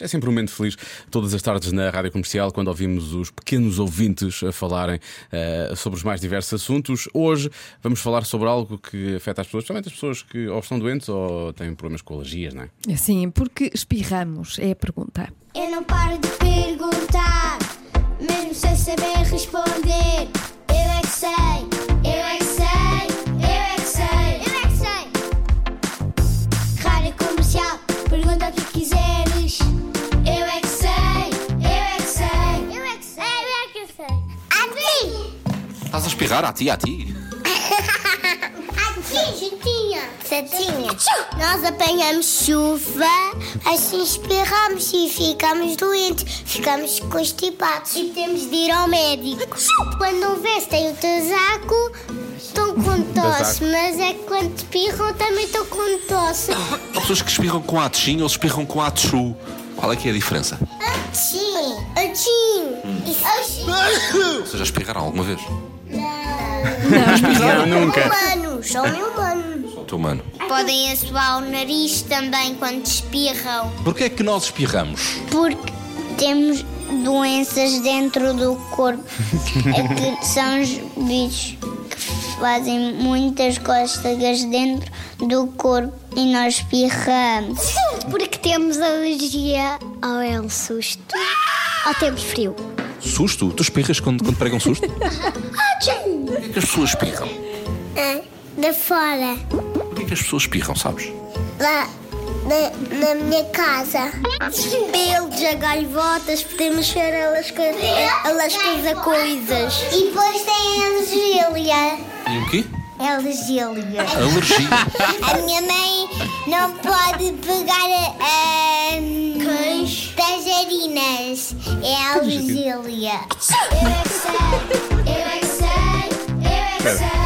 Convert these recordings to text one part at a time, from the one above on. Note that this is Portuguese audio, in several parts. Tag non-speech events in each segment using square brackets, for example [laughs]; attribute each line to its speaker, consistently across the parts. Speaker 1: É sempre um momento feliz todas as tardes na Rádio Comercial quando ouvimos os pequenos ouvintes a falarem eh, sobre os mais diversos assuntos. Hoje vamos falar sobre algo que afeta as pessoas, principalmente as pessoas que ou estão doentes ou têm problemas com alergias, não é?
Speaker 2: Sim, porque espirramos, é a pergunta.
Speaker 3: Eu não paro de perguntar, mesmo sem saber responder. Eu é que sei, eu é que sei, eu é que sei, eu é que sei. Rádio comercial, pergunta o que quiseres. Eu é que sei, eu é que sei, eu é que sei, eu é que sei. Aqui!
Speaker 4: Estás a espirrar a ti, a ti?
Speaker 3: [laughs] Aqui, Santinha! Santinha! Nós apanhamos chuva, assim espirramos e ficamos doentes, ficamos constipados e temos de ir ao médico. Quando vestem o tasaco, estão com tosse,
Speaker 1: Tasaco.
Speaker 3: mas é que quando espirram também estão com tosse.
Speaker 4: Há pessoas que espirram com atchim ou espirram com atchu. Qual é que é a diferença?
Speaker 3: Achim! Achim!
Speaker 4: Vocês já espirraram alguma vez?
Speaker 1: Não, nunca.
Speaker 3: Humanos! São humanos!
Speaker 4: Estou humano.
Speaker 3: Podem assoar o nariz também quando espirram.
Speaker 4: Porquê é que nós espirramos?
Speaker 3: Porque temos doenças dentro do corpo é que são os bichos que fazem muitas cócegas dentro do corpo e nós espirramos. Porque temos alergia ou é um susto ou temos frio.
Speaker 4: Susto? Tu espirras quando, quando pregam susto? Porquê
Speaker 3: Ah,
Speaker 4: é que as pessoas espirram?
Speaker 3: Da É, fora,
Speaker 4: Porquê é que as pessoas espirram, sabes?
Speaker 3: lá na, minha casa. Pelos, a galhotas, podemos ser elas, elas coisa coisas. E depois tem a alergia.
Speaker 4: E o quê?
Speaker 3: Alergia.
Speaker 4: Alergia.
Speaker 3: A minha mãe não pode pegar um, tangerinas. É algília. Eu é que sei, eu é que sei, eu é que sei, eu é que sei.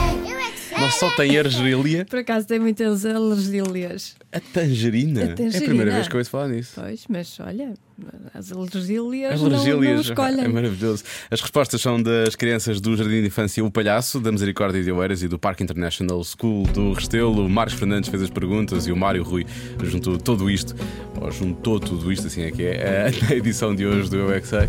Speaker 1: Mas só tem argerília
Speaker 2: Por acaso tem muitas alergílias.
Speaker 1: a tangerina. É a primeira
Speaker 2: tangerina.
Speaker 1: vez que eu ouço falar nisso.
Speaker 2: Pois, mas olha, as alergílias,
Speaker 1: As
Speaker 2: não- não,
Speaker 1: alergílias
Speaker 2: escolhem.
Speaker 1: é maravilhoso. As respostas são das crianças do Jardim de Infância O Palhaço, da Misericórdia de Oeiras e do Parque International School do Restelo. O Marcos Fernandes fez as perguntas e o Mário Rui juntou tudo isto, ou juntou tudo isto, assim é que é, eh, na edição de hoje do Eu é Que Sei.